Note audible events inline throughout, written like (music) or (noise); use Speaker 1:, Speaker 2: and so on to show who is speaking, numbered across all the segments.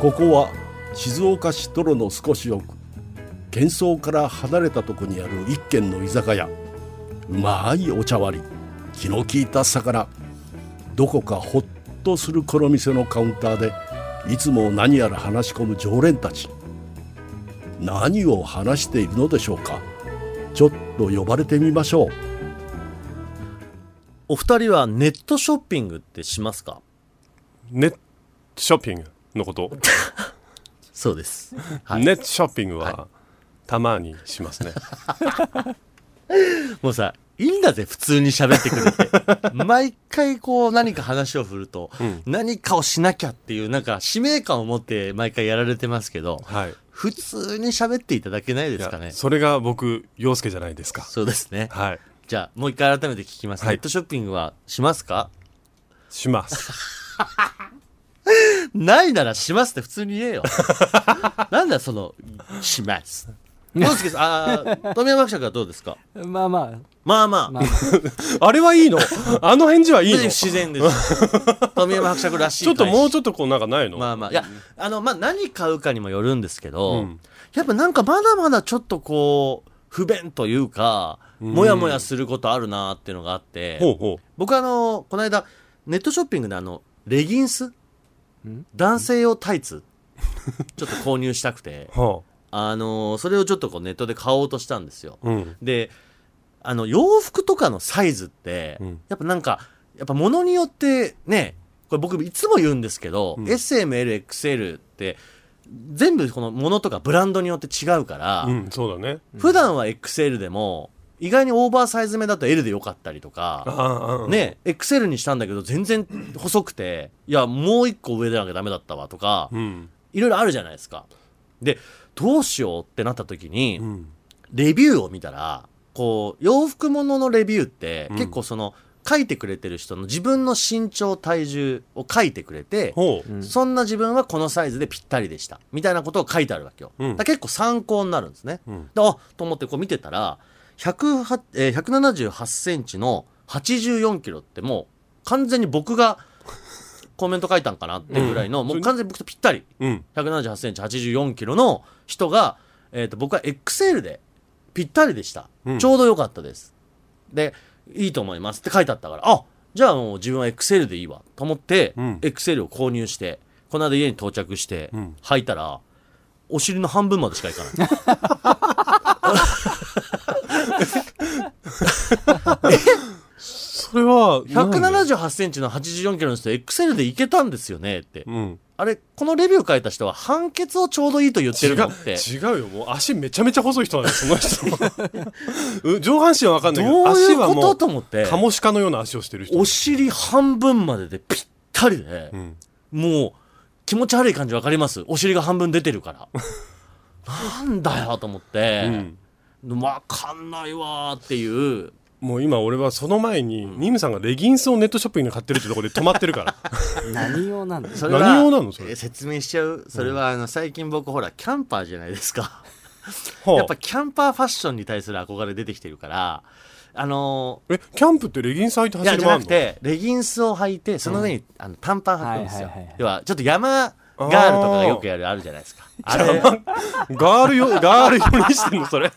Speaker 1: ここは静岡市泥の少し奥喧騒から離れたとこにある一軒の居酒屋うまいお茶割り気の利いた魚どこかほっとするこの店のカウンターでいつも何やら話し込む常連たち何を話しているのでしょうかちょっと呼ばれてみましょう
Speaker 2: お二人はネットショッピングってしますか
Speaker 3: ネットショッピングのこと、
Speaker 2: そう (laughs) です。
Speaker 3: ネットショッピングはたまにします (laughs) ね
Speaker 2: もうさ、いいんだぜ、普通に喋ってく (laughs) れて。毎回こう何か話を振ると、何かをしなきゃっていう、なんか使命感を持って毎回やられてますけど、
Speaker 3: はい
Speaker 2: 普通に喋っていただけないですか
Speaker 3: い
Speaker 2: ね
Speaker 3: や。それが僕陽介じゃないですか
Speaker 2: そうですね。
Speaker 3: はい
Speaker 2: じゃあ、もう一回改めて聞きます。
Speaker 3: はい
Speaker 2: ネットショッピングはしますか
Speaker 3: します
Speaker 2: ないならしますって普通に言えよ。 (laughs) なんだその、し (laughs) ます。洋介さん、あー富山伯爵はどうですか
Speaker 4: まあま
Speaker 2: まあまあ
Speaker 4: あ、まあ、
Speaker 3: (laughs) あれはいいのあの返事はいいの
Speaker 2: 自然です。
Speaker 3: (laughs)
Speaker 2: 富山伯爵らしい
Speaker 3: ちょっともうち
Speaker 2: ょっ
Speaker 3: ょっとこうなんかないの、
Speaker 2: まあまあ。いや、あの、まあ何買うかにもよるんですけど、
Speaker 3: うん
Speaker 2: やっぱなんかまだまだちょっとこう、不便というか、もやもやすることあるなっていうのがあって、
Speaker 3: ほうほ
Speaker 2: 僕あの、この間、ネットショッピングであの、レギンス男性用タイツちょっと購入したくて、
Speaker 3: うは
Speaker 2: あの、それをちょっとこうネットで買おうとしたんですよ。
Speaker 3: あうん
Speaker 2: であの洋服とかのサイズって、
Speaker 3: うん
Speaker 2: やっぱなんかやっぱ物によってねこれ僕いつも言うんですけど、
Speaker 3: ん
Speaker 2: SMLXL って全部この物とかブランドによって違うから、
Speaker 3: うんそうだね
Speaker 2: 普段は XL でも意外にオーバーサイズ目だと L でよかったりと
Speaker 3: あ
Speaker 2: か、
Speaker 3: あああ
Speaker 2: ね XL にしたんだけど全然細くていやもう一個上でなきゃダメだったわとか、
Speaker 3: うん
Speaker 2: いろいろあるじゃないですかでどうしようってなった時に、
Speaker 3: うん
Speaker 2: レビューを見たら、こう、洋服もののレビューって、
Speaker 3: うん
Speaker 2: 結構その、書いてくれてる人の自分の身長、体重を書いてくれて、
Speaker 3: ほう、
Speaker 4: うん
Speaker 2: そんな自分はこのサイズでぴったりでした。みたいなことを書いてあるわけよ。
Speaker 3: うん
Speaker 2: だから結構参考になるんですね。
Speaker 3: うん
Speaker 2: であと思ってこう見てたら、108えー178センチの84キロってもう完全に僕がコメント書いたんかなってぐらいの、もう完全に僕とぴったり。
Speaker 3: うん、
Speaker 2: 178センチ84キロの人が、えー、と僕は XL でぴったりでした、
Speaker 3: うん
Speaker 2: ちょうど良かったですでいいと思いますって書いてあったからあじゃあもう自分は XL でいいわと思って、
Speaker 3: うん
Speaker 2: XL を購入してこの間家に到着して、
Speaker 3: ん
Speaker 2: 履いたらお尻の半分までしかい
Speaker 3: (laughs)
Speaker 2: かない
Speaker 3: それはなんで
Speaker 2: 178センチの84キロの人 XL でいけたんですよねって、
Speaker 3: うん
Speaker 2: あれこのレビュー書いた人は判決をちょうどいいと言って
Speaker 3: 違
Speaker 2: る
Speaker 3: う
Speaker 2: のって
Speaker 3: 違うよもう足めちゃめちゃ細い人なんだよその人 (laughs) うん上半身は分かんないけど
Speaker 2: どうい
Speaker 3: 足
Speaker 2: う
Speaker 3: は
Speaker 2: こ
Speaker 3: も
Speaker 2: と
Speaker 3: う
Speaker 2: と思って
Speaker 3: カモシカのような足をしてる人
Speaker 2: お尻半分まででぴったりで
Speaker 3: う、ん
Speaker 2: もう気持ち悪い感じわかりますお尻が半分出てるから。なんだよと思って、わかんないわーっていう。
Speaker 3: もう今俺はその前に、ニムさんがレギンスをネットショッピングで買ってるってところで止まってる
Speaker 2: (laughs)
Speaker 3: から。
Speaker 4: 何用なんだ
Speaker 2: それは
Speaker 3: 何用なのそれ
Speaker 2: えー説明しちゃう。それは、あの、最近僕ほら、キャンパーじゃないですか。
Speaker 3: はあ
Speaker 2: やっぱキャンパーファッションに対する憧れ出てきてるから、あの
Speaker 3: え、キャンプってレギンス履いて
Speaker 2: ーいや、
Speaker 3: 走
Speaker 2: じ
Speaker 3: り
Speaker 2: ゃ
Speaker 3: 回
Speaker 2: なく
Speaker 3: るの
Speaker 2: て、レギンスを履いて、その上に、あの短パン履くんですよ
Speaker 4: はいはいはいはい。
Speaker 2: 要は、ちょっと山ガールとかがよくやる、あるじゃないですか。あれ、
Speaker 3: ガールよ、ガール用にしてんの
Speaker 2: (laughs)
Speaker 3: それ。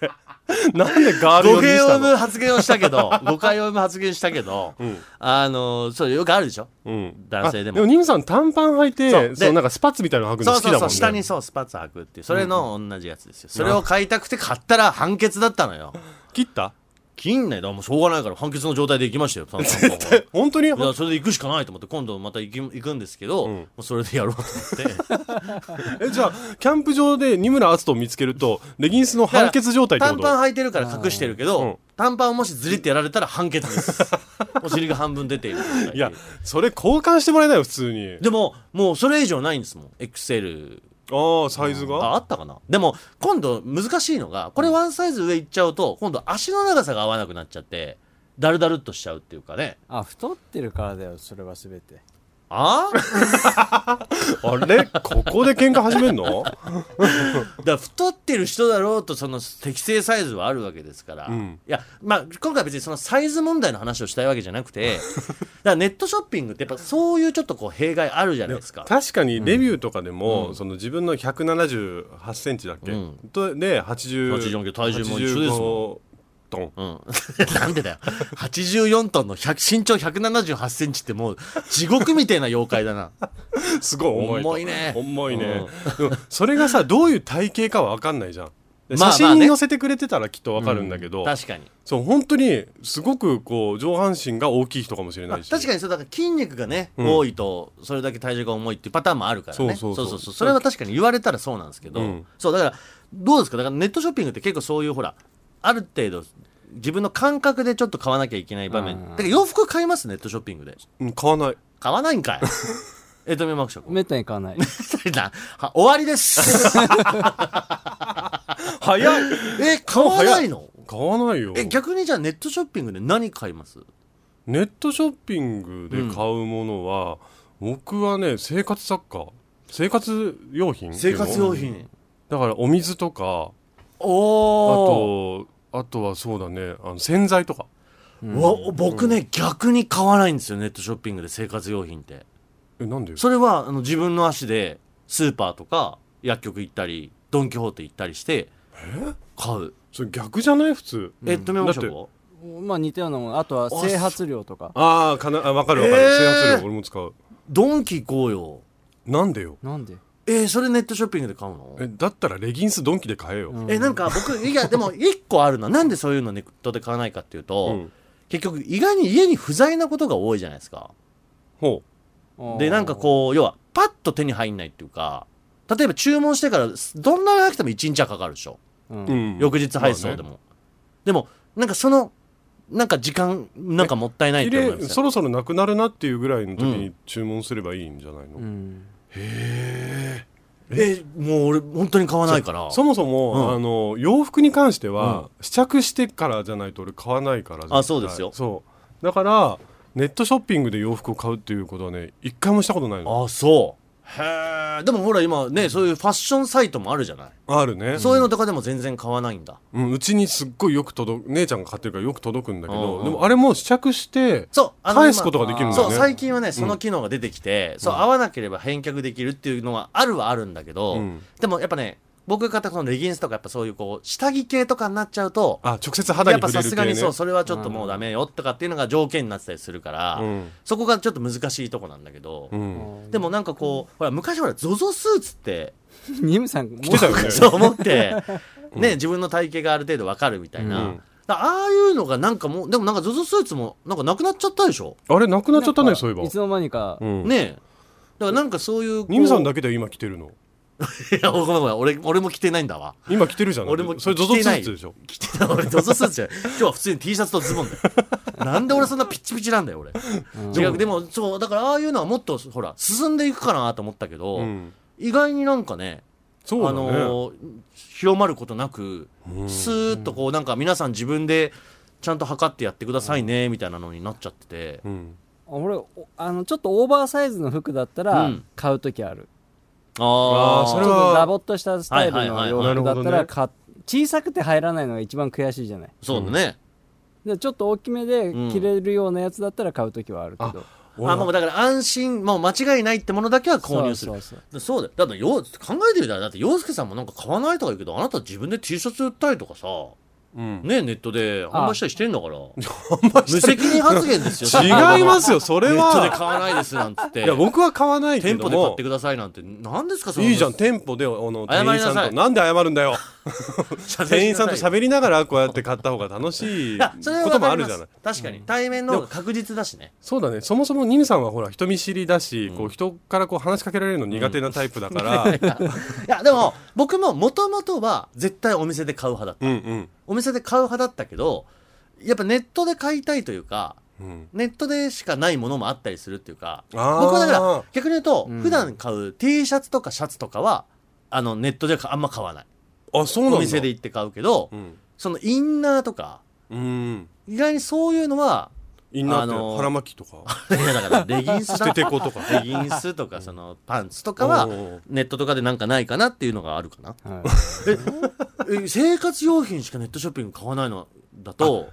Speaker 3: なんでガール
Speaker 2: 誤
Speaker 3: 用に
Speaker 2: 解
Speaker 3: し
Speaker 2: を
Speaker 3: た
Speaker 2: 生む
Speaker 3: の
Speaker 2: 発言をしたけ (laughs) ど、誤解を生む発言したけど、あの、そう、よくあるでしょ
Speaker 3: うん
Speaker 2: 男性でも
Speaker 3: あでもニムさん短パン履いて、
Speaker 2: そうで
Speaker 3: そのなんかスパッツみたいなの履くの
Speaker 2: そ
Speaker 3: 好
Speaker 2: う
Speaker 3: き
Speaker 2: そ
Speaker 3: だ
Speaker 2: う
Speaker 3: もん
Speaker 2: そ
Speaker 3: ね。
Speaker 2: う、下にそう、スパッツ履くっていう、それの同じやつですよ。それを買いたくて買ったら判決だったの (laughs) よ。
Speaker 3: 切った
Speaker 2: 近年だ、もうしょうがないから判決の状態で行きま (laughs) したよ、その
Speaker 3: え、本当に
Speaker 2: いやそれで行くしかないと思って今度また行き行くんですけど、もうそれでやろうと思 (laughs) って
Speaker 3: え、じゃあ、キャンプ場でニムラアツトを見つけると、レギンスの判決状態ってこ
Speaker 2: 短
Speaker 3: と
Speaker 2: パン履いてるから隠してるけ
Speaker 3: うん
Speaker 2: ど短パンをもしずりってやられたら判決です (laughs) お尻が半分出ている
Speaker 3: いや、それ交換してもらえないよ、普通に。
Speaker 2: でももうそれ以上ないんですもん XL
Speaker 3: ああ、サイズが
Speaker 2: ああったかなでも今度難しいのがこれワンサイズ上行っちゃうと今度足の長さが合わなくなっちゃってダルダルっとしちゃうっていうかね
Speaker 4: あ太ってるからだよそれは全て
Speaker 2: ああ
Speaker 3: あれここで喧嘩始める
Speaker 2: (laughs)
Speaker 3: の
Speaker 2: だから太ってる人だろうとその適正サイズはあるわけですから、
Speaker 3: ん
Speaker 2: いやまあ今回は別にそのサイズ問題の話をしたいわけじゃなく
Speaker 3: (laughs)
Speaker 2: てだからネットショッピングってやっぱそういうちょっとこう弊害あるじゃないですか
Speaker 3: 確かにレビューとかでも、その自分の1 7 8センチだっけ、
Speaker 2: うん
Speaker 3: とで80
Speaker 2: 84キロ体重も一緒ですも
Speaker 3: 85トン
Speaker 2: うん (laughs) なんでだよ84トンの100身長1 7 8ンチってもう地獄みたいな妖怪だな
Speaker 3: (laughs) すごい重いと
Speaker 2: 重いね
Speaker 3: 重いね、でもそれがさどういう体型かは分かんないじゃんで
Speaker 2: まあまあ
Speaker 3: 写
Speaker 2: ね
Speaker 3: 真に載せてくれてたらきっと分かるんだけど、
Speaker 2: 確かに
Speaker 3: そう本当にすごくこう上半身が大きい人かもしれ
Speaker 2: まあ
Speaker 3: ないし、
Speaker 2: 確かにそうだから筋肉がね、
Speaker 3: うん
Speaker 2: 多いとそれだけ体重が重いっていうパターンもあるからね
Speaker 3: そうそうそう
Speaker 2: そうそれは確かに言われたらそうなんですけど、
Speaker 3: うん
Speaker 2: そうだからどうですかだからネットショッピングって結構そういうほらある程度自分の感覚でちょっと買わなきゃいけない場面
Speaker 4: うん
Speaker 2: だから洋服買いますネットショッピングで
Speaker 3: うん買わない
Speaker 2: 買わないんかい
Speaker 3: (laughs)
Speaker 2: えとめまくし (laughs) ょ
Speaker 4: めったに買わ (laughs) ない。
Speaker 2: は終わりです
Speaker 3: 早い
Speaker 2: え買わないの
Speaker 3: 買わないよ
Speaker 2: え逆にじゃあネットショッピングで何買います
Speaker 3: ネットショッピングで買うものは、僕はね生活雑貨生活用品ってい
Speaker 2: 生
Speaker 3: うの
Speaker 2: 活用品
Speaker 3: だからお水とかあ
Speaker 2: おお
Speaker 3: とあとはそうだねあの洗剤とか
Speaker 2: わ僕ね、逆に買わないんですよネットショッピングで生活用品って
Speaker 3: えなんで
Speaker 2: それはあの自分の足でスーパーとか薬局行ったりドン・キホーテ行ったりして買う
Speaker 3: それ逆じゃない普通
Speaker 2: えっとメモ書庫
Speaker 4: まあ似たようなもん。あとは整髪料とか。
Speaker 3: あーかなあ分かる分かる、
Speaker 2: えー
Speaker 3: 整髪料俺も使う
Speaker 2: ドンキ行こうよ
Speaker 3: なんでよ
Speaker 4: なんで
Speaker 2: えー、それネットショッピングで買うの
Speaker 3: えだったらレギンスドンキで買えよ、
Speaker 4: うん
Speaker 2: えなんか僕いやでも一個あるのはなんでそういうのネットで買わないかっていうと、
Speaker 3: うん
Speaker 2: 結局意外に家に不在なことが多いじゃないですか
Speaker 3: ほ
Speaker 2: でなんかこう要はパッと手に入んないっていうか例えば注文してからどんなに早くても1日はかかるでしょ
Speaker 4: う。うん
Speaker 3: う、うん、
Speaker 2: 翌日配送でも、でもなんかそのなんか時間なんかもったいない
Speaker 3: 入
Speaker 2: と思い
Speaker 3: れ
Speaker 2: ますよ
Speaker 3: そろそろなくなるなっていうぐらいの時に注文すればいいんじゃないの、
Speaker 4: うん。
Speaker 2: えもう俺本当に買わないから
Speaker 3: そもそも、
Speaker 2: うん
Speaker 3: あの洋服に関しては、試着してからじゃないと俺買わないから絶対
Speaker 2: あそうですよ
Speaker 3: そうだからネットショッピングで洋服を買うっていうことはね一回もしたことないの
Speaker 2: あそうへえでもほら今ねそういうファッションサイトもあるじゃない、
Speaker 3: あるね
Speaker 2: そういうのとかでも全然買わないんだ
Speaker 3: うん、うちにすっごいよく届く姉ちゃんが買ってるからよく届くんだけ
Speaker 2: うん
Speaker 3: ど、
Speaker 2: うん
Speaker 3: でもあれも試着して
Speaker 2: そうあの
Speaker 3: 返すことができるんだ
Speaker 2: そ
Speaker 3: よ
Speaker 2: う
Speaker 3: ね
Speaker 2: 最近はねその機能が出てきて、そう合わなければ返却できるっていうのはあるはあるんだけど、
Speaker 3: うん
Speaker 2: でもやっぱね僕が買ったそのレギンスとかやっぱそういうこう下着系とかになっちゃうと
Speaker 3: あ直接肌
Speaker 2: やっ
Speaker 3: に
Speaker 2: ぱ
Speaker 3: 触
Speaker 2: さ
Speaker 3: れる
Speaker 2: す
Speaker 3: 系
Speaker 2: が
Speaker 3: ね
Speaker 2: にそうそれはちょっともうダメよとかっていうのが条件になってたりするから、
Speaker 3: うん
Speaker 2: そこがちょっと難しいとこなんだけど、
Speaker 3: うん
Speaker 2: でもなんかこうほら昔ほら ZOZO スーツって
Speaker 4: (laughs) ニムさん、
Speaker 3: 来てたよね
Speaker 2: そう思って、ね、自分の体型がある程度わかるみたいな、
Speaker 3: うん
Speaker 2: だからああいうのがなんかもうでもなんか ZOZO スーツもなんかなくなっちゃったでしょ、
Speaker 3: あれなくなっちゃったねそういえば
Speaker 4: いつの間にか
Speaker 3: う。ん、
Speaker 2: ねえだからなんかそういうこう
Speaker 3: ニムさんだけで今着てるの
Speaker 2: (laughs) いやごめんごめん俺俺も着てないんだわ
Speaker 3: 今着てるじゃん
Speaker 2: 俺も着
Speaker 3: それゾゾ
Speaker 2: て
Speaker 3: ス
Speaker 2: な
Speaker 3: ー
Speaker 2: い
Speaker 3: ツでしょ
Speaker 2: 着てない俺 ZOZO スーツじゃない今日は普通に T シャツとズボンだよなんで俺そんなピッチピチなんだよ俺
Speaker 4: うん
Speaker 2: 違うでもそうだからああいうのはもっとほら進んでいくかなと思ったけど、
Speaker 3: うん
Speaker 2: 意外になんかね
Speaker 3: そうだ
Speaker 2: あ
Speaker 3: ね、
Speaker 2: のー広まることなく、
Speaker 3: うん
Speaker 2: スーッとこうなんか皆さん自分でちゃんと測ってやってくださいねみたいなのになっちゃってて、
Speaker 3: うん
Speaker 4: 俺、おあの、ちょっとオーバーサイズの服だった
Speaker 2: う
Speaker 4: ら
Speaker 2: ん
Speaker 4: 買うときある。
Speaker 2: あ
Speaker 3: あーそれ
Speaker 4: ちょ
Speaker 3: は
Speaker 4: っとダボっとしたスタイル
Speaker 2: はいはいは
Speaker 4: の
Speaker 2: い
Speaker 4: 洋服だ
Speaker 3: なる
Speaker 4: った
Speaker 3: ほどね
Speaker 4: ら買っ小さくて入らないのが一番悔しいじゃない。
Speaker 2: そうだね、
Speaker 4: でちょっと大きめで着れるようなやつだったら買うときはあるけど、
Speaker 2: あもうだから安心もう間違いないってものだけは購入する
Speaker 4: そうそうそう
Speaker 2: でそうだよだってよう考えてみたらだって洋介さんもなんか買わないとか言うけどあなた自分で T シャツ売ったりとかさ
Speaker 3: うん
Speaker 2: ねネットで販売したりしてんだから
Speaker 3: 販売
Speaker 2: 無責任発言ですよ
Speaker 3: 違いますよそれ
Speaker 2: ネットで
Speaker 3: は
Speaker 2: 買わないですなんつって
Speaker 3: いや僕は買わないけ
Speaker 2: 店
Speaker 3: ど
Speaker 2: 舗で買っ
Speaker 3: も
Speaker 2: てくださいなんて何ですかその
Speaker 3: いいじゃん店舗であの
Speaker 2: 謝
Speaker 3: 店
Speaker 2: りな
Speaker 3: 員
Speaker 2: さい
Speaker 3: さんとなんで謝るんだよ
Speaker 2: 謝罪
Speaker 3: 店
Speaker 2: し
Speaker 3: 員
Speaker 2: なさ
Speaker 3: さ
Speaker 2: い
Speaker 3: んと喋りながらこうやって買った方が楽しいこともあるじゃない
Speaker 2: 確かに対面の方が確実だしね
Speaker 3: そうだねそもそもニムさんはほら人見知りだし、こう人からこう話しかけられるの苦手なタイプだから、うん、
Speaker 2: いやでも僕ももともとは絶対お店で買う派だった
Speaker 3: (laughs) うんうん
Speaker 2: お店で買う派だったけどやっぱネットで買いたいというかネットでしかないものもあったりするっていうか僕
Speaker 3: あー
Speaker 2: はだから逆に言うと
Speaker 4: うん
Speaker 2: 普段買う T シャツとかシャツとかはあのネットではあんま買わない
Speaker 3: あそうなんだ
Speaker 2: お店で行って買うけど
Speaker 3: うん
Speaker 2: そのインナーとか
Speaker 3: うん
Speaker 2: 意外にそういうのは
Speaker 3: インナーって
Speaker 2: あのー
Speaker 3: 腹巻きとか
Speaker 2: いやだからレギンス
Speaker 3: 捨
Speaker 2: だ
Speaker 3: ててことか
Speaker 2: レギンスとかそのパンツとかは
Speaker 3: おうおう
Speaker 2: ネットとかでなんかないかなっていうのがあるかな (laughs)
Speaker 4: はい
Speaker 2: え生活用品しかネットショッピング買わないのだと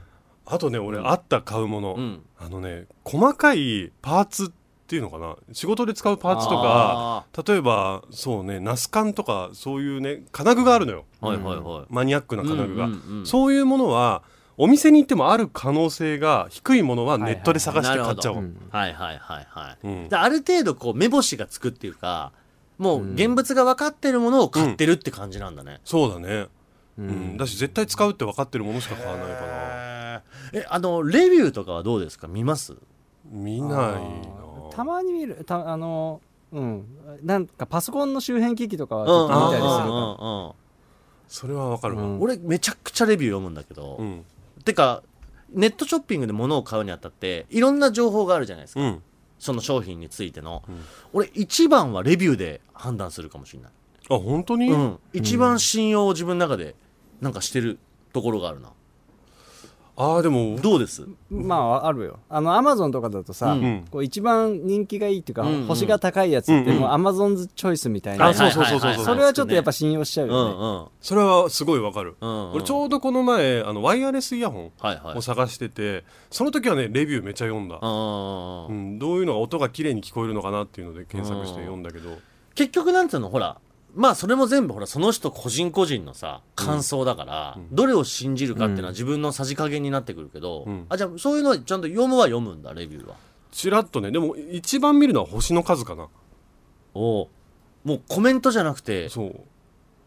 Speaker 3: あとね俺あった買うもの、
Speaker 2: うん
Speaker 3: あのね細かいパーツっていうのかな仕事で使うパーツとか
Speaker 2: あ
Speaker 3: 例えばそうねナス缶とかそういうね金具があるのよ
Speaker 2: ーはいはいは
Speaker 3: マニアックない金具が、
Speaker 2: うんうんうん
Speaker 3: そういうものはお店に行ってもある可能性が低いものはネットで探して買っちゃおう、
Speaker 4: はいはいはいなるほ
Speaker 2: はいはいはいはい、
Speaker 3: うん
Speaker 2: である程度こう目星がつくっていうかもう現物が分かってるものを買ってるって感じなんだね、
Speaker 3: そうだね、
Speaker 4: う
Speaker 3: うん
Speaker 4: ん
Speaker 3: だし絶対使うって分かってるものしか買わないかな
Speaker 2: へーえあのレビューとかはどうですか見ます
Speaker 3: 見ないな
Speaker 4: あーたまに見るたあのうんなんかパソコンの周辺機器とかはちょっと見たりする
Speaker 2: うんうん
Speaker 4: か
Speaker 2: うんうん
Speaker 3: それは分かるわ、
Speaker 4: うん
Speaker 2: 俺めちゃくちゃレビュー読むんだけど、
Speaker 3: うん
Speaker 2: てかネットショッピングで物を買うにあたっていろんな情報があるじゃないですか、
Speaker 3: うん
Speaker 2: その商品についての、
Speaker 3: ん
Speaker 2: 俺一番はレビューで判断するかもしれない、
Speaker 3: あ本当に、
Speaker 2: うん、一番信用を自分の中でなんかしてるところがあるな
Speaker 3: ああでも
Speaker 2: どうです
Speaker 4: らまああるよあのアマゾンとかだとさ、
Speaker 2: うん
Speaker 4: こう一番人気がいいっていうか、
Speaker 2: うんうん
Speaker 4: 星が高いやつって
Speaker 3: うんうん
Speaker 4: もうアマゾンズチョイスみたいな、
Speaker 3: あそうそうそうそうそう
Speaker 4: それはちょっとやっぱ
Speaker 2: し
Speaker 4: 信用しちゃう
Speaker 2: うん
Speaker 4: よ
Speaker 2: う
Speaker 4: ね、
Speaker 2: ん
Speaker 3: それはすごい分かる、
Speaker 2: うんうん
Speaker 3: 俺ちょうどこの前あのワイヤレスイヤホン
Speaker 2: はいはい
Speaker 3: を探してて、その時はねレビューめちゃ読んだ、
Speaker 2: うんうん
Speaker 3: う
Speaker 2: うん
Speaker 3: ん、どういうのが音が綺麗に聞こえるのかなっていうので検索して読んだけど、
Speaker 2: 結局なんていうのほらまあそれも全部ほらその人個人個人のさ感想だから、
Speaker 3: うん
Speaker 2: どれを信じるかっていうのは自分のさじ加減になってくるけど、
Speaker 3: うん
Speaker 2: あじゃあそういうのはちゃんと読むは読むんだレビューは
Speaker 3: ちらっとねでも一番見るのは星の数かな
Speaker 2: おうもうコメントじゃなくて
Speaker 3: そう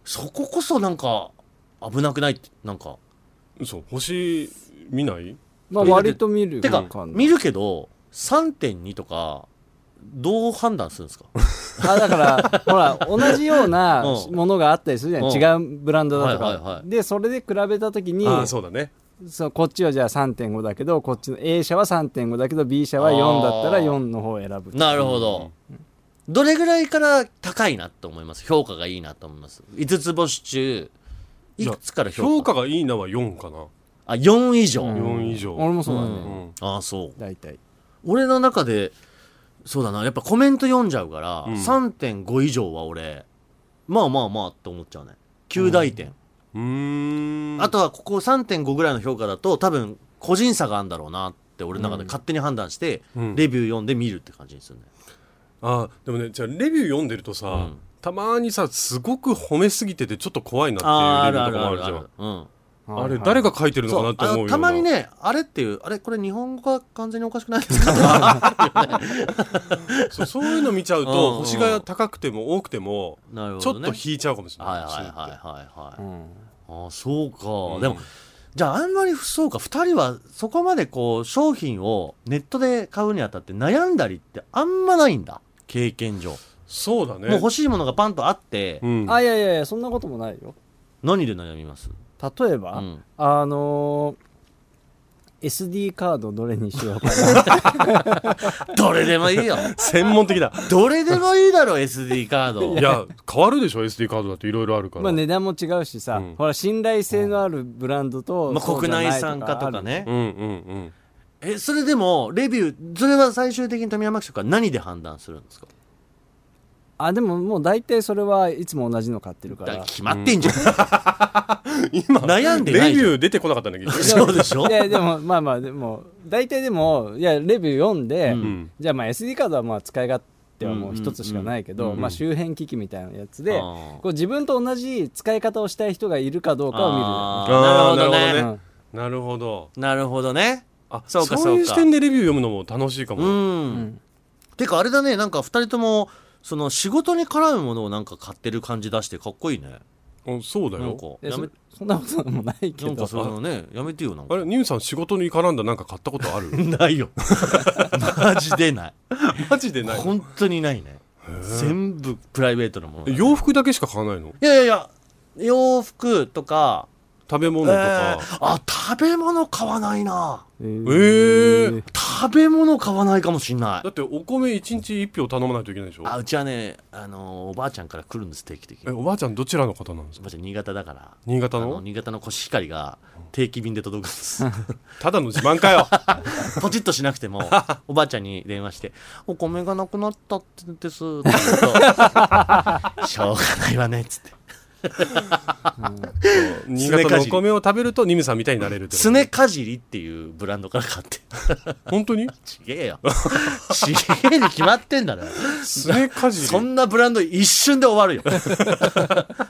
Speaker 2: そここそなんか危なくないってなんか
Speaker 3: そう星見ない
Speaker 4: まあ割と見る
Speaker 2: てか、
Speaker 4: 感じ
Speaker 2: 見るけど3.2とかどう判断するんですか
Speaker 4: あだから、ほら、同じような
Speaker 2: うん
Speaker 4: ものがあったりするじゃん。違うブランドだと
Speaker 2: はいはいは
Speaker 4: か。
Speaker 2: い
Speaker 4: で、それで比べたときに、
Speaker 3: ああそうだね
Speaker 4: そのこっちはじゃあ3.5だけど、こっちの A 社は3.5だけど、B 社は4だったら
Speaker 2: あー
Speaker 4: 4の方を選ぶ。
Speaker 2: なるほど、どれぐらいから高いなと思います評価がいいなと思います5つ星中いくつから評価
Speaker 3: 評価がいいなは4かな
Speaker 2: あ4以上、
Speaker 4: うん
Speaker 3: 4以上
Speaker 4: 俺もそうだ
Speaker 3: う
Speaker 4: ね。
Speaker 3: ん
Speaker 2: ああそう
Speaker 4: 大体。
Speaker 2: 俺の中でそうだなやっぱコメント読んじゃうから、
Speaker 3: うん
Speaker 2: 3.5以上は俺まあまあまあって思っちゃうね9大点、
Speaker 3: うーん
Speaker 2: あとはここ3.5ぐらいの評価だと多分個人差があるんだろうなって俺の中で勝手に判断して、
Speaker 3: うん
Speaker 2: レビュー読んで見るって感じにするね、
Speaker 3: あーでもねじゃあレビュー読んでるとさ、
Speaker 2: うん
Speaker 3: たまにさすごく褒めすぎててちょっと怖いなって
Speaker 2: ああ
Speaker 3: い
Speaker 2: あ
Speaker 3: うレビ
Speaker 2: る
Speaker 3: ュー
Speaker 2: あ
Speaker 3: とか
Speaker 2: る
Speaker 3: もあ
Speaker 2: あ
Speaker 3: る
Speaker 2: るあ
Speaker 3: じゃん
Speaker 2: る
Speaker 3: あ
Speaker 2: うん
Speaker 3: れ誰
Speaker 4: が
Speaker 3: が書いてるのかなって思う
Speaker 2: あ
Speaker 3: よ
Speaker 2: の
Speaker 3: う
Speaker 2: たまに
Speaker 3: ね
Speaker 2: ねあれっていうあれこれ日本語が完全におかしくないですかとか
Speaker 3: そうそういうの見ちゃうと
Speaker 2: うんうん
Speaker 3: 星が高くても多くても
Speaker 2: なるほ
Speaker 3: (laughs) ちょ
Speaker 2: ど、
Speaker 3: っ
Speaker 2: ね、
Speaker 3: と引いちゃうかもしれない、
Speaker 2: はいはいはいはいはい、
Speaker 4: うん。
Speaker 2: ああそうか、
Speaker 3: ん
Speaker 2: でもじゃああんまりそうか2人はそこまでこう商品をネットで買うにあたって悩んだりってあんまないんだ経験上、
Speaker 3: そうだね
Speaker 2: もう欲しいものがパンとあって、
Speaker 3: うん
Speaker 4: あ、いやいやいや、そんなこともないよ。
Speaker 2: 何で悩みます
Speaker 4: 例え
Speaker 2: う
Speaker 4: ば、
Speaker 2: ん
Speaker 4: あのー、SD カードどれにしようか
Speaker 2: (laughs)
Speaker 4: な。
Speaker 2: どれでもいいよ
Speaker 3: 専門的だ
Speaker 2: どれでもいいだろ SD カード
Speaker 3: いや変わるでしょ SD カードだっていろいろあるから、
Speaker 4: まあ値段も違うしさ
Speaker 3: うん、
Speaker 4: ほら、信頼性のあるブランドと、
Speaker 2: まあ、
Speaker 4: そうじ
Speaker 2: 国
Speaker 4: ゃない
Speaker 2: 内産化と
Speaker 4: あ
Speaker 2: か
Speaker 4: る
Speaker 2: ね
Speaker 3: うんうんうん
Speaker 2: えそれでもレビューそれは最終的に富山区長は何で判断するんですか
Speaker 4: あでももう大体それはいつも同じの買ってるか
Speaker 2: だからら決まってんじゃん、
Speaker 3: 今
Speaker 2: 悩んでない
Speaker 3: レ
Speaker 2: じゃん
Speaker 3: ビュー出てこなかったんだ
Speaker 2: (laughs)
Speaker 3: け
Speaker 2: (laughs)
Speaker 3: ど
Speaker 2: そうでしょ
Speaker 4: いやでもまあまあでも大体でもいやレビュー読んで、
Speaker 2: うん
Speaker 4: じゃあまあ SD カードはまあ使い勝手はもう一つしかないけど、
Speaker 2: うんうんうん
Speaker 4: まあ、周辺機器みたいなやつで、
Speaker 2: あー
Speaker 4: こう自分と同じ使い方をしたい人がいるかどうかを
Speaker 2: あ
Speaker 3: あー
Speaker 2: ーなるほど
Speaker 3: な
Speaker 2: ね
Speaker 3: るほー
Speaker 4: 見るよ、
Speaker 3: どなるほど
Speaker 2: なるほどね
Speaker 3: あ
Speaker 2: そうか
Speaker 3: そういう
Speaker 2: そ
Speaker 3: 視
Speaker 2: うか
Speaker 3: 点でレビュー読むのも楽しいか
Speaker 2: う、
Speaker 3: も、
Speaker 4: うんん
Speaker 2: てかあれだねなんか2人ともその仕事に絡むものをなんか買ってる感じ出してかっこいいね
Speaker 3: うん、そうだ
Speaker 2: なん
Speaker 3: よ
Speaker 2: か
Speaker 4: うん
Speaker 2: やめ
Speaker 4: でそそんなこともないけ
Speaker 2: なんか
Speaker 4: ど
Speaker 2: そういうのねやめてよなん
Speaker 3: あ
Speaker 2: か
Speaker 3: れニムさん仕事に絡んだなんか買ったことある
Speaker 2: (laughs) ないよマジでない
Speaker 3: マジ (laughs) でない
Speaker 2: 本当にないね全部プライベートなものだね
Speaker 3: 洋服だけしか買わないの
Speaker 2: いやいやいや洋服とか
Speaker 3: 食べ物とか、
Speaker 2: あ食べ物買わないな
Speaker 4: え
Speaker 3: ー
Speaker 2: 食べ物買わないかもしんない
Speaker 3: だってお米一日一票頼まないといけないでしょ
Speaker 2: あうちはね、あのおばあちゃんから来るんです定期的に
Speaker 3: え
Speaker 2: おば
Speaker 3: おばあちゃんどちらの方なんですか
Speaker 2: あちゃん新潟だから
Speaker 3: 新
Speaker 2: あ
Speaker 3: 潟
Speaker 2: の
Speaker 3: の
Speaker 2: 新潟のコシヒカリが定期便で届くんです (laughs)
Speaker 3: ただの自慢かよ
Speaker 2: ポチッとしなくて
Speaker 3: (laughs)
Speaker 2: もおばあちゃんに電話して「お米がなくなったってんです」って言う
Speaker 3: (laughs)
Speaker 2: と「しょうがないわね」っつって
Speaker 3: 新潟のお米を食べるとニムさんみたいになれるっ
Speaker 2: 「
Speaker 3: てこと
Speaker 2: すねかじり」っていうブランドから買って
Speaker 3: 本当に
Speaker 2: 「ちげえ
Speaker 3: (laughs)
Speaker 2: よちげえに決まってんだろ
Speaker 3: すねかじり
Speaker 2: そんなブランド一瞬で終わるよ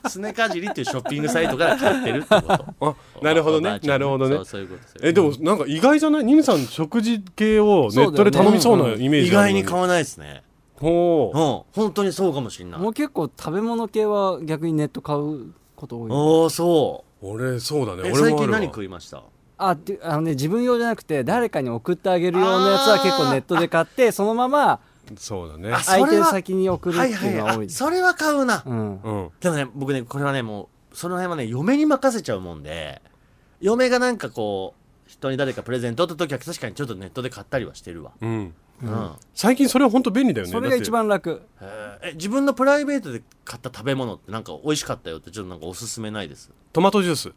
Speaker 2: すねかじりっていうショッピングサイトから買ってるってこと
Speaker 3: あなるほど
Speaker 2: おば
Speaker 3: ね
Speaker 2: あちゃ
Speaker 3: なんるほどね
Speaker 2: そうそういうことそういうこと
Speaker 3: えでもなんか意外じゃないニムさん食事系をネットで頼みそうなイメージ
Speaker 2: 意
Speaker 3: ある
Speaker 2: 外に買わないですね
Speaker 3: ほ
Speaker 2: う
Speaker 3: うん
Speaker 2: 本当にそうかもしんない
Speaker 4: もう結構食べ物系は逆にネット買うこと多い
Speaker 2: おおそ
Speaker 3: 俺そうだ
Speaker 2: う
Speaker 3: ね
Speaker 2: え
Speaker 3: 俺
Speaker 2: 最
Speaker 3: もあ
Speaker 2: 近
Speaker 3: るわ
Speaker 2: 何食いました
Speaker 4: あってあのね自分用じゃなくて誰かに送ってあげる用のやつは結構ネットで買ってそのまま
Speaker 3: そうだね
Speaker 2: あそれは
Speaker 4: 相手先に送るって
Speaker 2: はい
Speaker 4: いうの
Speaker 2: は
Speaker 4: が
Speaker 2: い
Speaker 4: 多
Speaker 2: はいいそれは買うな、
Speaker 4: うん
Speaker 3: うん
Speaker 2: でもね僕ねこれはねもうその辺はね嫁に任せちゃうもんで嫁がなんかこう人に誰かプレゼントって時は確かにちょっとネットで買ったりはしてるわ
Speaker 3: うん
Speaker 2: うん、
Speaker 3: 最近それは本当便利だよね
Speaker 4: それが一番楽
Speaker 2: へーえ自分のプライベートで買った食べ物ってなんか美味しかったよってちょっとなんかおすすめないです
Speaker 3: トマトジュース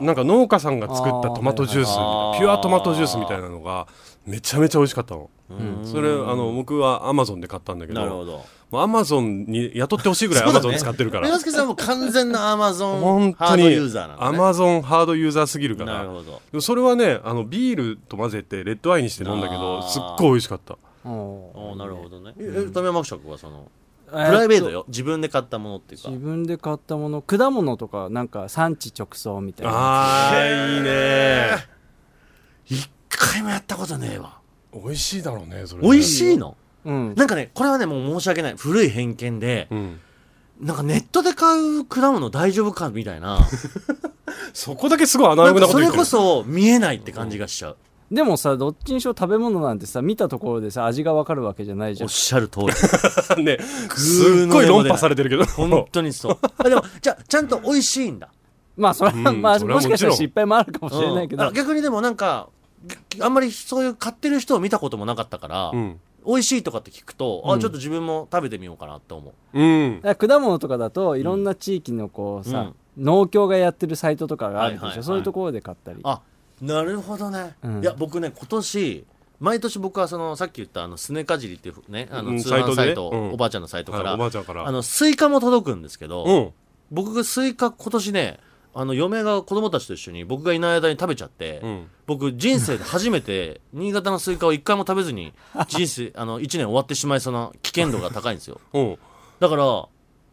Speaker 3: なんか農家さんが作ったトマトジュースみたい
Speaker 2: あー
Speaker 3: なピュアトマトジュースみたいなのがめちゃめちゃ美味しかったの
Speaker 2: ん
Speaker 3: それあの僕はアマゾンで買ったんだけ
Speaker 2: なるほ
Speaker 3: ど
Speaker 2: ど
Speaker 3: アマゾンに雇ってほしいぐらいアマゾン使って
Speaker 2: (laughs)
Speaker 3: るから
Speaker 2: 洋介さんも完全なアマゾン
Speaker 3: 本
Speaker 2: ハ
Speaker 3: 当
Speaker 2: ード
Speaker 3: に
Speaker 2: ユーザーなんだ、
Speaker 3: ア
Speaker 2: ね、
Speaker 3: マゾンハードユーザーすぎるか
Speaker 2: なる
Speaker 3: ら
Speaker 2: ほど
Speaker 3: でもそれはねあのビールと混ぜてレッドアイにして飲んだけ
Speaker 2: あ
Speaker 3: ど
Speaker 2: ー
Speaker 3: すっごい美味しかった
Speaker 2: お
Speaker 4: お
Speaker 2: ー
Speaker 4: ー
Speaker 2: なるほどねええ富山伯爵はその
Speaker 4: プ
Speaker 2: プライベートよ自分で買ったものっていうか
Speaker 4: 自分で買ったもの果物とかなんか産地直送みたいな
Speaker 3: あーいいね
Speaker 2: 一回もやったことねえわ
Speaker 3: 美味しいだろうねそれね
Speaker 2: 美味しいの
Speaker 4: うん
Speaker 2: なんかねこれはねもう申し訳ない古い偏見で
Speaker 3: うん
Speaker 2: なんかネットで買う果物大丈夫かみたいな
Speaker 3: (laughs) そこだけすごいアナ
Speaker 2: な
Speaker 3: ロ
Speaker 2: ん
Speaker 3: グ
Speaker 2: か
Speaker 3: な
Speaker 2: そ
Speaker 3: こと言
Speaker 2: れ
Speaker 3: っ
Speaker 2: こ
Speaker 3: てる
Speaker 2: そ見えないって感じがしちゃう
Speaker 4: でもさどっちにしろ食べ物なんてさ見たところでさ味がわかるわけじゃないじ
Speaker 2: お
Speaker 4: ゃ
Speaker 2: っ
Speaker 4: ん
Speaker 2: しゃる
Speaker 3: (laughs)
Speaker 2: 通り
Speaker 3: ねすっごい論破されてるけど
Speaker 2: 本当にそうあ (laughs) でもじゃあちゃんと美味しいんだ
Speaker 4: まあそれは、
Speaker 3: うん
Speaker 4: まあ
Speaker 3: それは
Speaker 4: もしかしたら
Speaker 3: もちろん
Speaker 4: 失敗もあるかもしれないけど、
Speaker 2: うんあ逆にでもなんかあんまりそういう買ってる人を見たこともなかったから、
Speaker 3: うん
Speaker 2: 美味しいとかって聞くと、あちょっと自分も食べてみようかなって思う
Speaker 3: (laughs) うん
Speaker 4: だから果物とかだといろんな地域のこうさ、農協がやってるサイトとかがあるでしょ、
Speaker 2: はいはいはい
Speaker 4: そういうところで買ったり
Speaker 2: あなるほどね、
Speaker 4: うん
Speaker 2: いや僕ね今年毎年僕はそのさっき言ったあのすねかじりっていうねあ
Speaker 3: う
Speaker 2: の
Speaker 3: ん
Speaker 2: 通販サイト,、
Speaker 3: サイトでねうん
Speaker 2: おばあちゃんのサイトから、
Speaker 3: はいおばあちゃんから
Speaker 2: あのスイカも届くんですけど、
Speaker 3: うん
Speaker 2: 僕がスイカ今年ねあの嫁が子供たちと一緒に僕がいない間に食べちゃって、
Speaker 3: うん
Speaker 2: 僕人生で初めて新潟のスイカを一回も食べず
Speaker 4: (laughs)
Speaker 2: に人生あの1年終わってしまいそうな危険度が高いんですよ
Speaker 3: うん
Speaker 2: だから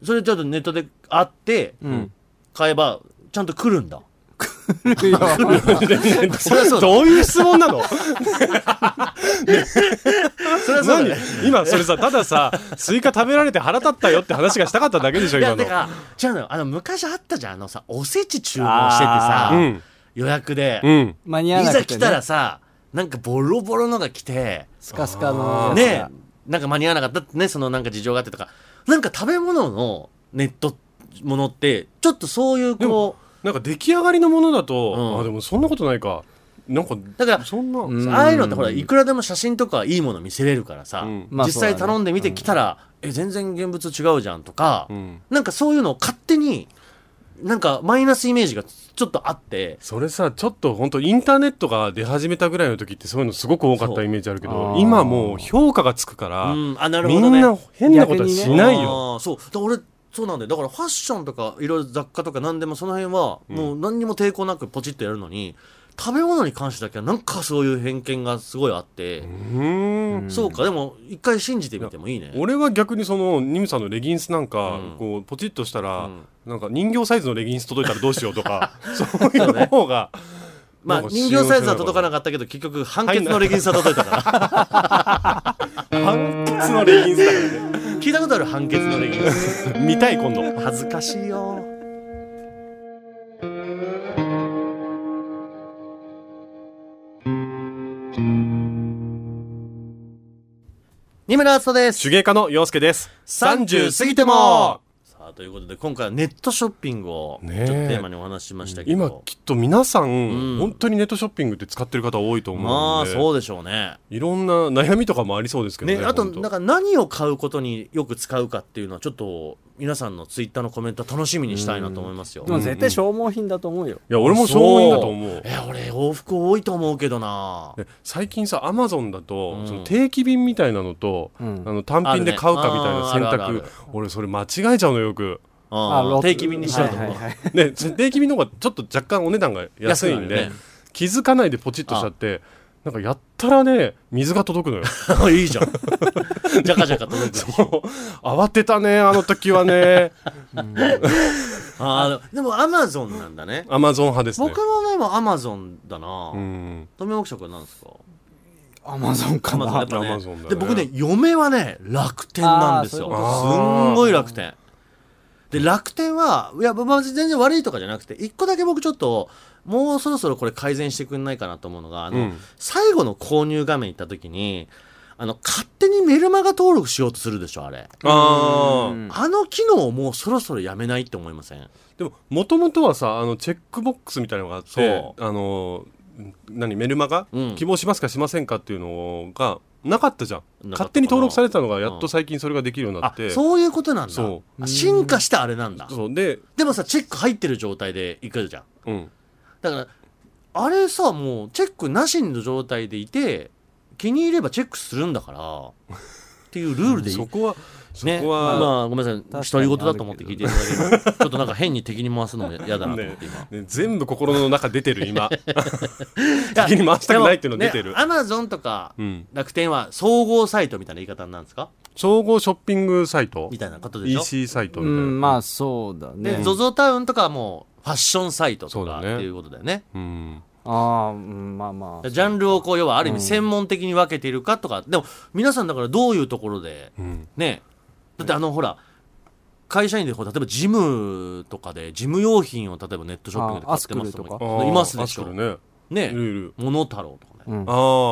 Speaker 2: それちょっとネットであって
Speaker 4: うん
Speaker 2: 買えばちゃんと来るんだ
Speaker 4: いや
Speaker 2: そりゃそうだ
Speaker 3: どういう質問なの
Speaker 2: それはそうだ
Speaker 3: 何
Speaker 2: ね
Speaker 3: 今それさたださスイカ食べられて腹立ったよって話がしたかっただけでしょ
Speaker 2: いや
Speaker 3: 今
Speaker 2: て
Speaker 3: の
Speaker 2: か違うのよあの昔あったじゃんあのさおせち注文しててさ、
Speaker 4: あー
Speaker 3: うん
Speaker 2: 予約で、
Speaker 3: うん
Speaker 4: (laughs) 間に合わ
Speaker 2: い
Speaker 4: な
Speaker 2: ざ
Speaker 4: くて、
Speaker 2: 来
Speaker 4: ね、
Speaker 2: たらさなんかボロボロのが来て
Speaker 4: スカスカのやつ
Speaker 2: ね
Speaker 4: が
Speaker 2: なんか間に合わなかったってねそのなんか事情があってとかなんか食べ物のネットものってちょっとそういう
Speaker 3: で
Speaker 2: こ
Speaker 3: もなんか出来上がりのものだと、
Speaker 2: うん
Speaker 3: あでもそんなことないかなんか
Speaker 2: だから
Speaker 3: そんな、
Speaker 4: う
Speaker 2: う、
Speaker 4: ん
Speaker 2: ああいうのってほらいくらでも写真とかいいもの見せれるからさ、
Speaker 3: うん
Speaker 4: まあ
Speaker 2: 実
Speaker 4: そうだ
Speaker 2: 際
Speaker 4: ね
Speaker 2: 頼んでみてきたら、え全然現物違うじゃんとか、
Speaker 3: うん
Speaker 2: なんかそういうのを勝手になんかマイナスイメージがちょっとあって
Speaker 3: それさちょっと本当インターネットが出始めたぐらいの時ってそういうのすごく多かっ
Speaker 2: そ
Speaker 3: た
Speaker 2: う
Speaker 3: イメージあるけ
Speaker 4: あ
Speaker 3: ど
Speaker 4: ー
Speaker 3: 今もう評価がつくから、
Speaker 2: うんあなる
Speaker 3: み
Speaker 2: ほどね
Speaker 3: んな変なことはしないよ、
Speaker 2: あーそうだ俺そうなんだよだからファッションとかいろいろ雑貨とか何でもその辺はもう何にも抵抗なくポチッとやるのに、食べ物に関してだけはなんかそういう偏見がすごいあって、
Speaker 3: うーん
Speaker 2: そうかでも一回信じてみてもいいね
Speaker 3: 俺は逆にそのニムさんのレギンスなんか、
Speaker 2: うん
Speaker 3: こうポチッとしたら、
Speaker 2: うん
Speaker 3: なんか人形サイズのレギンス届いたらどうしよう
Speaker 2: (laughs)
Speaker 3: とかそういうの方が、
Speaker 2: まあ
Speaker 3: なんか
Speaker 2: 人形サイズは届かなかったけど結局判決のレギンスは届いたから
Speaker 3: (laughs) 判決のレギンスだからね
Speaker 2: 聞いたことある判決のレギンス
Speaker 3: 見たい今度
Speaker 2: 恥ずかしいよ二村敦人です
Speaker 3: 手芸家の陽介です
Speaker 2: 30過ぎてもさあということで今回はネットショッピングをちょっ
Speaker 3: ね
Speaker 2: と
Speaker 3: え
Speaker 2: テーマにお話ししましたけど、
Speaker 3: 今きっと皆さん、
Speaker 2: ん
Speaker 3: 本当にネットショッピングって使ってる方多いと思うので、
Speaker 2: まあそうでしょうね
Speaker 3: いろんな悩みとかもありそうですけどね
Speaker 2: ねあと
Speaker 3: 本当
Speaker 2: なんか何を買うことによく使うかっていうのはちょっと皆さんのツイッターのコメント楽しみにしたいなと思いますよ、
Speaker 4: でも絶対消耗品だと思うよ、
Speaker 3: いや俺もそういうんだと思う
Speaker 2: え俺往復多いと思うけどな
Speaker 3: で最近さアマゾンだと、
Speaker 2: うん
Speaker 3: その定期便みたいなのと、
Speaker 4: うん
Speaker 3: あの単品で買うかみたいな選
Speaker 2: あるねあーあ
Speaker 3: 択、
Speaker 2: るあるある
Speaker 3: 俺それ間違えちゃうの
Speaker 2: (laughs)
Speaker 3: よく、
Speaker 2: あー
Speaker 4: ロッ
Speaker 2: 定期便にしちゃうと思う、
Speaker 4: はいはいはい
Speaker 3: ね、そ定期便の方がちょっと若干お値段が安いんで
Speaker 2: 安いよね
Speaker 3: 気づかないでポチッとしちゃってなんかやったらね水が届く
Speaker 2: (laughs)
Speaker 3: のよ
Speaker 2: いいじゃんじゃかじゃか届く
Speaker 3: 慌てたねあの時
Speaker 2: (laughs)
Speaker 3: はね
Speaker 2: あーでもアマゾンなんだね
Speaker 3: アマゾン派ですね
Speaker 2: 僕もでもアマゾンだな、
Speaker 3: うん
Speaker 2: 富山伯爵は何ですか
Speaker 4: アマゾン
Speaker 2: ア
Speaker 4: か
Speaker 2: マゾンやっ
Speaker 4: な
Speaker 2: ぱね
Speaker 3: Amazon だね
Speaker 2: で僕ね嫁はね楽天なんですよ
Speaker 4: あーそういう
Speaker 3: こと
Speaker 2: すんごい楽天で楽天はいやまあ全然悪いとかじゃなくて一個だけ僕ちょっともうそろそろこれ改善してくんないかなと思うのがあの、
Speaker 3: うん
Speaker 2: 最後の購入画面行った時にあの勝手にメルマガ登録しようとするでしょあれ、
Speaker 3: あ
Speaker 4: うん
Speaker 3: ー
Speaker 2: あの機能をもうそろそろやめないって思いません
Speaker 3: でももともとはさあのチェックボックスみたいなのがあって
Speaker 2: そ
Speaker 3: あのん何メルマガ、
Speaker 2: うん
Speaker 3: 希望しますかしませんかっていうのがなかったじゃん
Speaker 2: なかったかな
Speaker 3: 勝手に登録されてたのがやっと最近それができるようにな
Speaker 2: あ
Speaker 3: って、
Speaker 2: そういうことなんだ
Speaker 3: そ
Speaker 2: あ進化したあれなんだ
Speaker 3: そうで、
Speaker 2: でもさチェック入ってる状態で行くじゃん
Speaker 3: うん、
Speaker 2: だからあれさもうチェックなしの状態でいて気に入ればチェックするんだからっていうルールでいい、
Speaker 3: そこはそ
Speaker 2: ね、
Speaker 3: こは、
Speaker 2: まあごめんなさい
Speaker 4: 確
Speaker 2: 独
Speaker 4: かに
Speaker 2: り言だと思って聞いていただければちょっとなんか変に敵に回すのも嫌だなと思って今。
Speaker 3: (laughs) ね全部心の中出てる
Speaker 2: (laughs)
Speaker 3: 今
Speaker 2: いや
Speaker 3: 敵に回したくないっていうの出て
Speaker 2: で
Speaker 3: る
Speaker 2: もねアマゾンとか
Speaker 3: うん
Speaker 2: 楽天は総合サイトみたいな言い方なんですか
Speaker 3: 総合ショッピングサイト
Speaker 2: みたいなことでしょ、
Speaker 3: EC サイト
Speaker 4: う
Speaker 3: みたいな、
Speaker 4: んまあそうだ
Speaker 2: で
Speaker 4: ね
Speaker 2: ZOZO タウンとかはもうファッションサイトと
Speaker 3: そう
Speaker 2: か
Speaker 3: だ
Speaker 2: っ
Speaker 3: ね
Speaker 2: ていうことだよね
Speaker 3: うん
Speaker 4: ああうんまあまあ
Speaker 2: ジャンルをこう要はある意味専門的に分けているかとか、でも皆さんだからどういうところで
Speaker 3: うん
Speaker 2: ねだってあのほら会社員でこう例えばジムとかでジム用品を例えばネットショッピングで買ってますと
Speaker 4: あアスクルと
Speaker 2: か
Speaker 4: か
Speaker 2: いますで
Speaker 3: あ
Speaker 2: し
Speaker 3: そ
Speaker 2: ょ
Speaker 3: うだねいる
Speaker 2: ね
Speaker 3: いる
Speaker 2: モノタロウとかね、
Speaker 4: うん
Speaker 3: ああ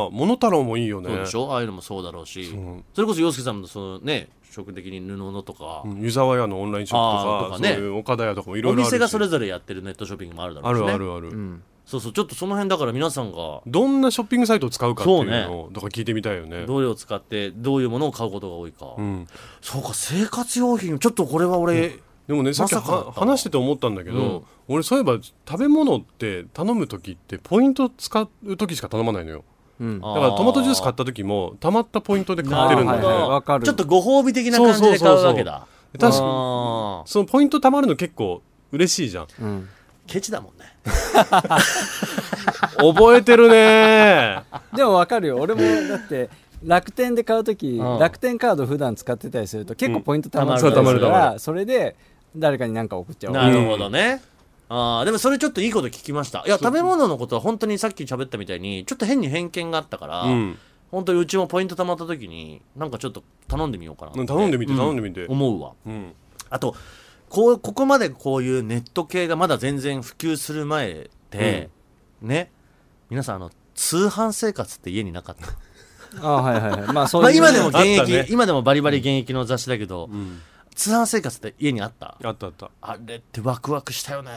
Speaker 3: モノ太郎もいいよね
Speaker 2: そうでしょああいうのもそうだろうし
Speaker 3: う
Speaker 2: そ
Speaker 3: ん
Speaker 2: れこそ洋介さんのそのね職的に布のとか、
Speaker 3: うん湯沢屋のオンラインショップとか
Speaker 2: あーとかね
Speaker 3: そういう岡田屋とかもいろ
Speaker 2: お
Speaker 3: いろあるし
Speaker 2: 店がそれぞれやってるネットショッピングもあるだろ
Speaker 3: あ
Speaker 2: うし、
Speaker 3: る
Speaker 2: ね、
Speaker 3: あるある、
Speaker 4: うん
Speaker 2: そうそうちょっとその辺だから皆さんが
Speaker 3: どんなショッピングサイトを使うかっていう
Speaker 2: そ
Speaker 3: のを、だから聞いてみたいよね
Speaker 2: どれを使ってどういうものを買うことが多いか、
Speaker 3: うん
Speaker 2: そうか生活用品ちょっとこれは俺、
Speaker 3: でもねさっき
Speaker 2: まさかだった
Speaker 3: は話してて思ったんだけど、
Speaker 2: うん
Speaker 3: 俺そういえば食べ物って頼む時ってポイント使う時しか頼まないのよ
Speaker 4: うん
Speaker 2: あ
Speaker 3: だからトマトジュース買った時もたまったポイントで買っ
Speaker 2: な
Speaker 3: て
Speaker 2: る
Speaker 3: るん
Speaker 2: ほ
Speaker 3: だ
Speaker 2: ど
Speaker 3: よね、
Speaker 4: はいはいわかる
Speaker 2: ちょっとご褒美的な感じで買うわけだ
Speaker 3: そうそうそうそう確かに
Speaker 2: あー
Speaker 3: そのポイント貯まるの結構嬉しいじゃん
Speaker 4: うん
Speaker 2: ケチだもんね
Speaker 3: 覚えてるね
Speaker 4: でもわかる
Speaker 2: (laughs)
Speaker 4: よ俺もだって楽天で買うとき
Speaker 2: うん
Speaker 4: 楽天カード普段使ってたりすると結構ポイント貯
Speaker 2: う
Speaker 4: まる
Speaker 2: ん
Speaker 4: た
Speaker 2: 貯
Speaker 4: り
Speaker 2: まする
Speaker 4: るか
Speaker 3: 貯ま
Speaker 4: らそれで誰かに何か送っちゃおう
Speaker 2: なるほどね、ああでもそれちょっといいこと聞きましたいや食べ物のことは本当にさっき喋ったみたいにちょっと変に偏見があったから、
Speaker 3: うん
Speaker 2: 本当にうちもポイント貯まった時になんかちょっと頼んでみようかなって
Speaker 3: 頼んでみて
Speaker 2: う
Speaker 3: 頼んでみて、うん
Speaker 2: 思うわあとこうここまでこういうネット系がまだ全然普及する前って、ね皆さんあの通販生活って家になかった
Speaker 4: ああはいは
Speaker 2: (laughs)
Speaker 4: いはいまあそう
Speaker 2: まあ
Speaker 4: いう
Speaker 2: 今でも現
Speaker 3: あっ
Speaker 2: 役、
Speaker 3: たね
Speaker 2: 今でもバリバリ現役の雑誌だけど、
Speaker 3: うん
Speaker 2: 通販生活って家にあった
Speaker 3: あったあった
Speaker 2: あれってワクワクしたよね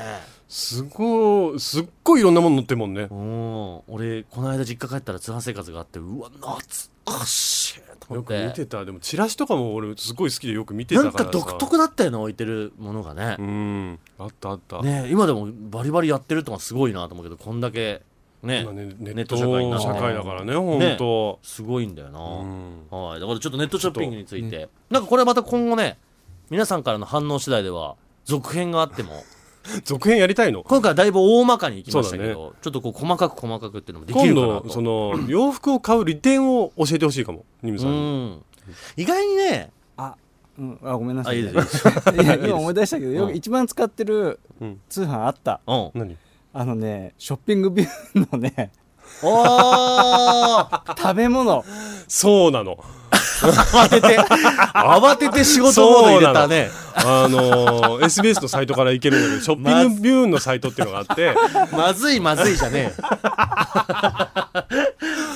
Speaker 3: すごいすっごいいろんなもの載ってるもんね
Speaker 2: うん俺この間実家帰ったら通販生活があってうわ懐かしいと思
Speaker 3: よ
Speaker 2: っ
Speaker 3: く
Speaker 2: て
Speaker 3: 見てたでもチラシとかも俺すごい好きでよく見てた
Speaker 2: な
Speaker 3: か
Speaker 2: ん
Speaker 3: ら
Speaker 2: か
Speaker 3: さ
Speaker 2: 独特だったよね置いてるものがね
Speaker 3: うんあったあった、
Speaker 2: ね今でもバリバリやってるとかすごいなと思うけどこんだけね
Speaker 3: 今ねネ
Speaker 2: ネッ
Speaker 3: ッ
Speaker 2: ト
Speaker 3: ト
Speaker 2: 社
Speaker 3: 社
Speaker 2: 会にな
Speaker 3: 会
Speaker 2: って
Speaker 3: だからね本当、
Speaker 2: すごいんだよな、
Speaker 3: うん
Speaker 2: はいだからちょっとネットショッピングについて、なんかこれまた今後ね皆さんからの反応次第では続編があっても
Speaker 3: 続編やりたいの
Speaker 2: 今回はだいぶ大まかにいきましたけ
Speaker 3: そう
Speaker 2: ど、ちょっとこう細かく細かくっていうのもでき
Speaker 3: 今
Speaker 2: るかな
Speaker 3: 度
Speaker 2: と
Speaker 3: その洋服を買う利点を教えてほしいかもニムさ
Speaker 2: うん
Speaker 3: に
Speaker 2: ん意外にね
Speaker 4: あうんあごめんなさ
Speaker 2: あ
Speaker 4: い
Speaker 2: いい (laughs)
Speaker 4: い
Speaker 2: ですいいです
Speaker 4: や今思い出したけどよ
Speaker 2: う
Speaker 4: く
Speaker 2: ん
Speaker 4: 一番使ってる
Speaker 3: うん
Speaker 4: 通販あった
Speaker 2: うん
Speaker 3: 何
Speaker 4: あのねショッピングビューのね
Speaker 2: おー
Speaker 4: 食べ物
Speaker 3: そうなの
Speaker 2: 慌てて、慌てて仕事モード入れたね。
Speaker 3: あのー SBS のサイトから行けるんだけどショッピングビューンのサイトっていうのがあって
Speaker 2: まずいまずいじゃね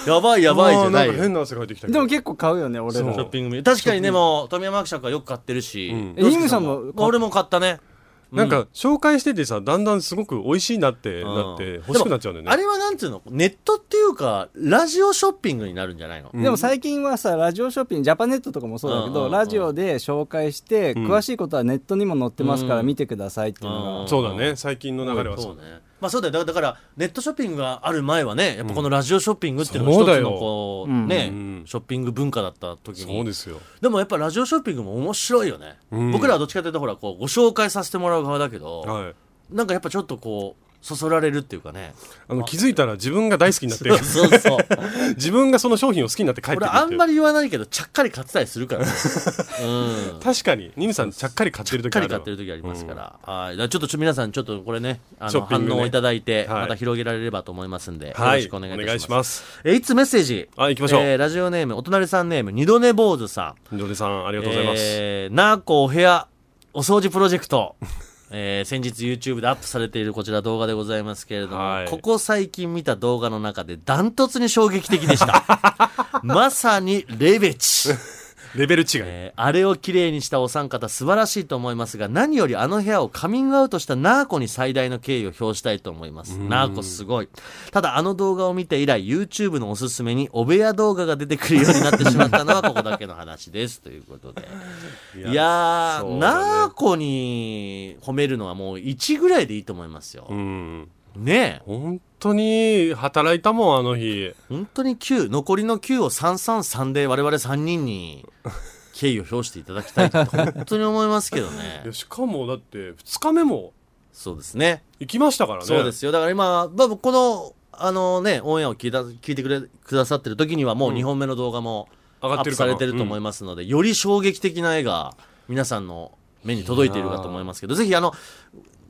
Speaker 2: え。やばいやばいじゃない
Speaker 3: あー
Speaker 2: よ
Speaker 3: んか変な汗かいてきたけ
Speaker 4: で
Speaker 3: ど
Speaker 4: も結構買うよね俺
Speaker 3: そ
Speaker 4: ら
Speaker 3: う
Speaker 2: ショッピングミュー確かにでも富山伯爵はよく買ってるし、
Speaker 3: うん
Speaker 4: えイングさんも
Speaker 2: 俺も買ったね
Speaker 3: なんか紹介しててさだんだんすごく美味しいなってなって欲しくなっちゃうんだ
Speaker 2: あ
Speaker 3: よね
Speaker 2: れはなんていうのネットっていうかラジオショッピングになるんじゃないの、
Speaker 3: うん
Speaker 4: でも最近はさラジオショッピングジャパネットとかもそうだけ
Speaker 2: うんうんう
Speaker 4: ど
Speaker 2: ん
Speaker 4: ラジオで紹介して
Speaker 3: うん
Speaker 4: 詳しいことはネットにも載ってますか
Speaker 2: う
Speaker 4: ら
Speaker 2: ん
Speaker 4: 見てくださいっていうの
Speaker 2: あ
Speaker 4: が
Speaker 3: そうだね最近の流れは
Speaker 2: そ
Speaker 3: そう
Speaker 2: ねまあそうだよだだからネットショッピングがある前はねやっぱこのラジオショッピングっていうのが
Speaker 3: そうだ
Speaker 2: 一つ
Speaker 3: よ
Speaker 2: のこう、
Speaker 4: うん
Speaker 2: ね、
Speaker 3: うん
Speaker 2: ショッピング文化だった時に
Speaker 3: そうですよ
Speaker 2: でもやっぱラジオショッピングも面白いよね、
Speaker 3: うん
Speaker 2: 僕らはどっちかというとほらこうご紹介させてもらう側だけど、
Speaker 3: はい
Speaker 2: なんかやっぱちょっとこうそそられるっていうかね
Speaker 3: あの気づいたら自分が大好きになって
Speaker 2: そうそうそう
Speaker 3: (laughs) 自分がその商品を好きになって帰ってく (laughs)
Speaker 2: 俺
Speaker 3: るって
Speaker 2: あんま
Speaker 3: り
Speaker 2: り言わないけどちゃっかり買ってたりするからね、う
Speaker 3: (laughs)
Speaker 2: ん
Speaker 3: 確かにニムさんちゃっかり買ってる
Speaker 2: しっ
Speaker 3: 時
Speaker 2: か
Speaker 3: ある
Speaker 2: り買ってる時ありますから、はい、だからちょっとちょ皆さんちょっとこれね、あ
Speaker 3: ショ
Speaker 2: の
Speaker 3: ッピン
Speaker 2: 反
Speaker 3: グね
Speaker 2: 応をいただいて、
Speaker 3: はい
Speaker 2: また広げられればと思いますんで、
Speaker 3: は
Speaker 2: よろ
Speaker 3: い
Speaker 2: しくお
Speaker 3: お
Speaker 2: 願いい
Speaker 3: 願
Speaker 2: た
Speaker 3: い
Speaker 2: し
Speaker 3: し
Speaker 2: ます。
Speaker 3: ます
Speaker 2: えーいつメッセージ、
Speaker 3: はい行きましょう
Speaker 2: えーラジオネームお隣さんネーム二度寝坊主さん、
Speaker 3: みどりさんありがとうございます
Speaker 2: えーなーこお部屋お掃除プロジェクト。 (laughs) えー先日 YouTube でアップされているこちら動画でございますけれども、
Speaker 3: はい
Speaker 2: ここ最近見た動画の中でダントツに衝撃的でし
Speaker 3: (laughs)
Speaker 2: た。まさにレベチ。
Speaker 3: レベル違い
Speaker 2: えーあれをきれいにしたお三方素晴らしいと思いますが何よりあの部屋をカミングアウトしたナーコに最大の敬意を表したいと思いますナーコすごいただあの動画を見て以来 YouTube のおすすめにお部屋動画が出てくるようになってしまったのはここだけの話ですということ
Speaker 3: (laughs)
Speaker 2: でいや
Speaker 3: や
Speaker 2: ー、
Speaker 3: そうだね
Speaker 2: ナーコに褒めるのはもう1ぐらいでいいと思いますよ、
Speaker 3: うん
Speaker 2: ねえ
Speaker 3: 本当に働いたもんあの日
Speaker 2: 本当に9残りの9を333で我々3人に敬意を表していただきたいと本当に思いますけどね
Speaker 3: いやしかもだって2日目も
Speaker 2: そうですね。
Speaker 3: 行きましたからね
Speaker 2: そうですよ。だから今、まあこの、あのね、オンエアを聞いた聞いてくれくださってる時には、もう2本目の動画も
Speaker 3: 上
Speaker 2: ア
Speaker 3: が
Speaker 2: ッ
Speaker 3: って
Speaker 2: プ
Speaker 3: る
Speaker 2: さ
Speaker 3: かな
Speaker 2: れてると思いますので、より衝撃的な絵が皆さんの目に届いているかと思いますけど、ぜひ、あの、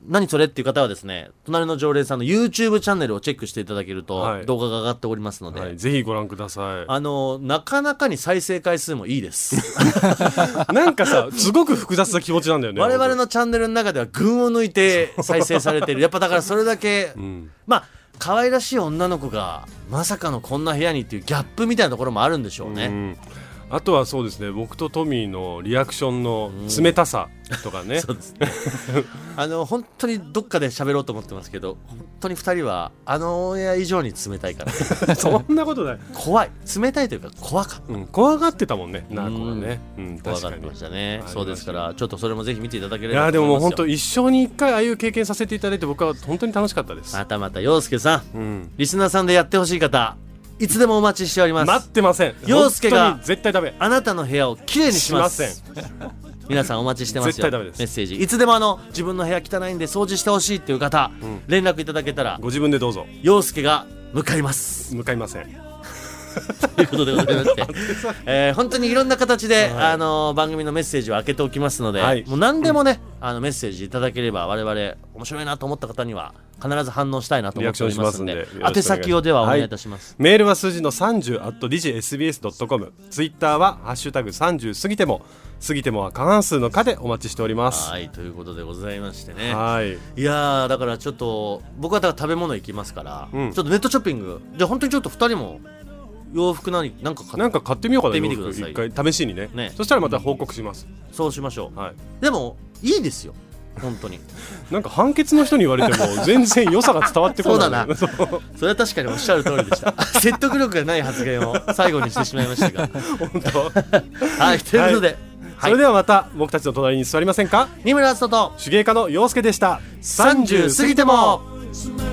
Speaker 2: 何それっていう方はですね、隣の常連さんの YouTube チャンネルをチェックしていただけると、
Speaker 3: はい
Speaker 2: 動画が上がっておりますので、
Speaker 3: はい、ぜひご覧くださ
Speaker 2: あの、なかなかに再生回数もいいです。
Speaker 3: い。 (laughs) なんかさ、すごく複雑な気持ちなんだよね。
Speaker 2: (laughs) 我々のチャンネルの中では群を抜いて再生されてる。やっぱだからそれだけ
Speaker 3: うん。
Speaker 2: まあ可愛らしい女の子がまさかのこんな部屋にっていうギャップみたいなところもあるんでしょう
Speaker 3: う
Speaker 2: ね。
Speaker 3: んあとはそうですね、僕とトミーのリアクションの冷たさとかね。
Speaker 2: そう
Speaker 3: (laughs)
Speaker 2: ですね。あの本当にどっかで喋ろうと思ってますけど、本当に二人はあのオンエア以上に冷たい
Speaker 3: (laughs)
Speaker 2: から、
Speaker 3: そんなことない。
Speaker 2: 怖い。冷たいというか怖かった。
Speaker 3: うん、怖がってたもんね、ナーコがね。うん、
Speaker 2: 怖
Speaker 3: 確
Speaker 2: が
Speaker 3: か
Speaker 2: って
Speaker 3: に
Speaker 2: まし。たね
Speaker 3: 確か。に
Speaker 2: そうですから、ちょっとそれもぜひ見ていただけ
Speaker 3: い
Speaker 2: れ
Speaker 3: や
Speaker 2: ば
Speaker 3: で
Speaker 2: と思
Speaker 3: ももう
Speaker 2: いますよ。
Speaker 3: 本当一生に一回ああいう経験させていただいて僕は本当に楽しかったです。
Speaker 2: またまた洋介さん、
Speaker 3: うん。
Speaker 2: リスナーさんでやってほしい方、いつでもお待ちしております。
Speaker 3: 待ってません。
Speaker 2: 陽介が
Speaker 3: 本当に絶対ダメ。
Speaker 2: あなたの部屋をきれいにします
Speaker 3: し
Speaker 2: 皆さんお待ちしてますよ
Speaker 3: 絶対ダメです
Speaker 2: メッセージいつでもあの自分の部屋汚いんで掃除してほしいっていう方、
Speaker 3: ん
Speaker 2: 連絡いただけたら
Speaker 3: ご自分でどうぞ。
Speaker 2: 陽介が向かいます
Speaker 3: 向かいません。
Speaker 2: ということでござい (laughs) まして、えー本当にいろんな形で、あのー番組のメッセージを開けておきますので、
Speaker 3: はい
Speaker 2: もう何でもね、あのメッセージいただければ我々面白いなと思った方には必ず反応したいなと思っておりますんで
Speaker 3: リアクションしますんでよろしくお願いします
Speaker 2: 宛先をではお願いいたします、
Speaker 3: メールは数字の30 at digsbs.com ツイッターは「ハッシュタグ #30 過ぎても」過ぎてもは過半数の「か」でお待ちしております
Speaker 2: はいということでございましてね
Speaker 3: はい
Speaker 2: いやーだからちょっと僕はだから食べ物行きますから、
Speaker 3: うん
Speaker 2: ちょっとネットショッピングじゃあ本当にちょっと2人も洋服何なんか買
Speaker 3: な
Speaker 2: っ
Speaker 3: んか買ってみようかな
Speaker 2: 買ってみてください
Speaker 3: 洋服一回試しにね
Speaker 2: ね
Speaker 3: そしたらまた報告します、
Speaker 2: そうしましょう、
Speaker 3: はい、
Speaker 2: でもいいですよ本
Speaker 3: (laughs)
Speaker 2: 当に
Speaker 3: なんか判決の人に言われても全然良さが伝わってこない
Speaker 2: そそれは確かにおっしゃる通りでした
Speaker 3: (laughs)
Speaker 2: 説得力がない発言を最後にしてしまいましたが
Speaker 3: 本当
Speaker 2: はいということで、は
Speaker 3: そ
Speaker 2: い
Speaker 3: れではまた僕たちの隣に座りませんか
Speaker 2: 二村敦人と
Speaker 3: 手芸家の洋介でした
Speaker 2: 30過ぎても
Speaker 5: 「